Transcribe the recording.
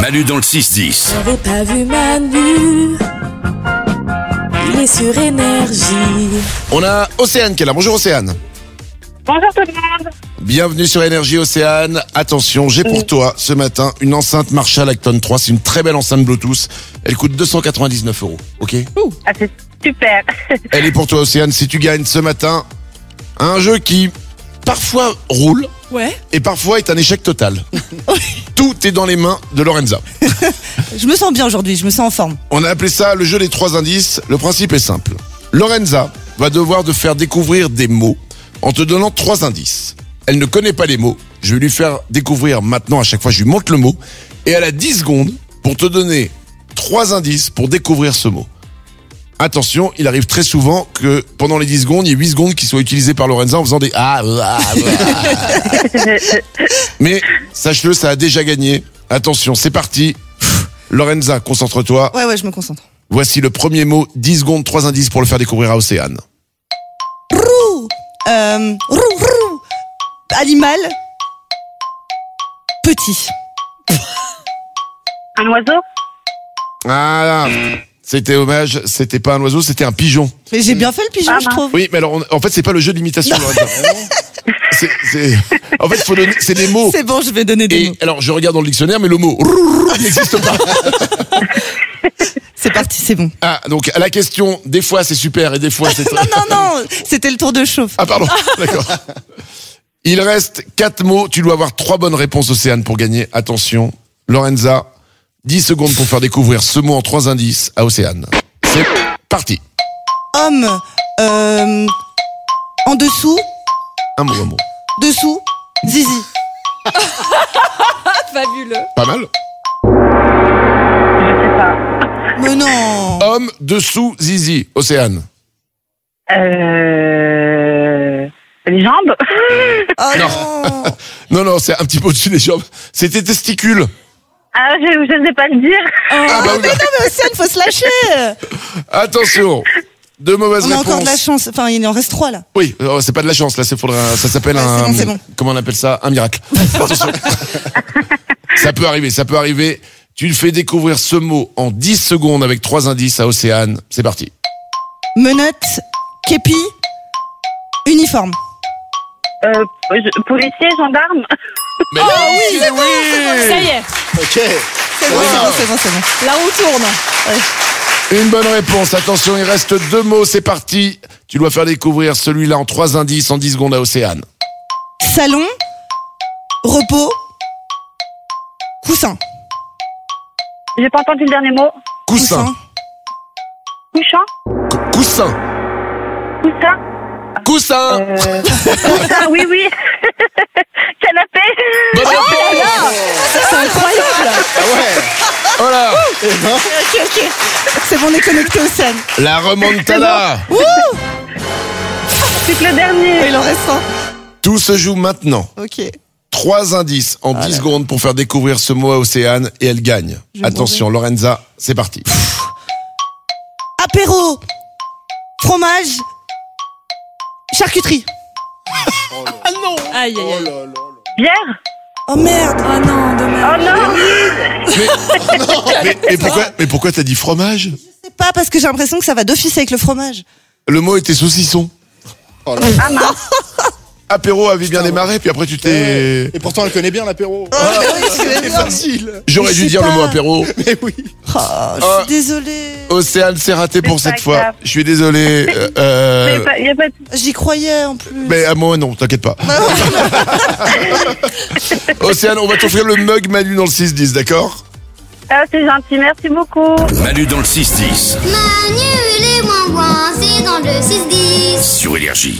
Manu dans le 6-10. J'avais pas vu Manu. Il est sur énergie. On a Océane qui est là. Bonjour Océane. Bonjour tout le monde. Bienvenue sur Énergie Océane. Attention, j'ai pour toi ce matin une enceinte Marshall Acton 3. C'est une très belle enceinte Bluetooth. Elle coûte 299 euros. Ok Ah, c'est super. Elle est pour toi Océane. Si tu gagnes ce matin un jeu qui parfois roule Ouais, et parfois est un échec total. Tout est dans les mains de Lorenza. je me sens bien aujourd'hui, je me sens en forme. On a appelé ça le jeu des trois indices. Le principe est simple. Lorenza va devoir te faire découvrir des mots en te donnant trois indices. Elle ne connaît pas les mots. Je vais lui faire découvrir maintenant à chaque fois, je lui montre le mot. Et elle a 10 secondes pour te donner trois indices pour découvrir ce mot. Attention, il arrive très souvent que pendant les 10 secondes, il y ait 8 secondes qui soient utilisées par Lorenza en faisant des ah, ah, ah. Mais sache-le, ça a déjà gagné. Attention, c'est parti. Lorenza, concentre-toi. Ouais, ouais, je me concentre. Voici le premier mot, 10 secondes, 3 indices pour le faire découvrir à Océane. Roux euh, Roux, roux Animal Petit. Un oiseau Ah, c'était hommage, c'était pas un oiseau, c'était un pigeon. Mais j'ai bien fait le pigeon, Ah, je mince. trouve. Oui, mais alors, on- en fait, c'est pas le jeu d'imitation, Lorenza. C'est- c'est- En fait, faut donner- c'est des mots. C'est bon, je vais donner des Et mots. alors, je regarde dans le dictionnaire, mais le mot rourrour n'existe pas. C'est parti, c'est bon. Ah, donc, à la question, des fois c'est super et des fois c'est. Non, non, non, c'était le tour de chauffe. Ah, pardon, d'accord. Il reste 4 mots, tu dois avoir 3 bonnes réponses, Océane, pour gagner. Attention, Lorenza, 10 secondes pour faire découvrir ce mot en 3 indices à Océane. C'est parti. Homme, euh, en dessous, Un mot, un mot. dessous, zizi. Fabuleux. Pas mal. Je sais pas. Mais non Homme dessous Zizi, Océane. Euh... Les jambes Oh non, Non, non, c'est un petit peu au-dessus des jambes. C'était testicule. Ah, je, je sais pas le dire. Ah, bah, oui. Non, mais Océane, faut se lâcher Attention. Deux mauvaises On a encore réponses. de la chance. Enfin, il en reste trois, là. Oui, euh, c'est pas de la chance. Là, c'est faudra, ça s'appelle Ouais, un. c'est bon, c'est bon. Comment on appelle ça Un miracle. Attention. ça peut arriver, ça peut arriver. Tu le fais découvrir ce mot en 10 secondes avec trois indices à Océane. C'est parti. Menottes, képi, uniforme. Euh, je- policier, gendarme Mais Ah là, c'est oui, Ça y est, Ok. C'est bon, c'est bon, c'est bon, c'est bon. là on tourne. Une bonne réponse. Attention, il reste deux mots. C'est parti. Tu dois faire découvrir celui-là en trois indices en 10 secondes à Océane. Salon, repos, coussin. J'ai pas entendu le dernier mot. Coussin. Couchant Coussin. Coussin Coussin. euh... Ah oui, oui Canapé Bonne réponse. C'est incroyable Ah ouais. Voilà. Ok, ok. C'est bon, on est connecté au scène. La remontada. C'est que le dernier Il en reste Tout se joue maintenant. un. Ok. Trois indices en 10 secondes pour faire découvrir ce mot à Océane et elle gagne. Ah Je vais Attention, Lorenza, c'est parti. Apéro, fromage, charcuterie. Aïe, aïe, aïe. Bière Oh merde Oh non, dommage. Oh non mais, mais pourquoi, mais pourquoi t'as dit fromage C'est pas parce que j'ai l'impression que ça va d'office avec le fromage. Le mot était saucisson. Oh Ah mince Apéro avait bien démarré, puis après tu t'es... Et pourtant, elle connaît bien l'apéro. c'est facile. J'aurais Mais je dû sais dire le pas. mot apéro. Mais oui. Oh, je suis désolée. Océane, c'est raté pour C'est cette pas fois. grave. Je suis désolé. euh, euh, Il y a pas- il y a pas de... J'y croyais en plus. mais à moi, non, t'inquiète pas. Océane, on va t'offrir le mug Manu dans le 6-10, d'accord Ah, c'est gentil, merci beaucoup Manu dans le 6-10 Manu les moins c'est dans le 6-10. sur Énergie.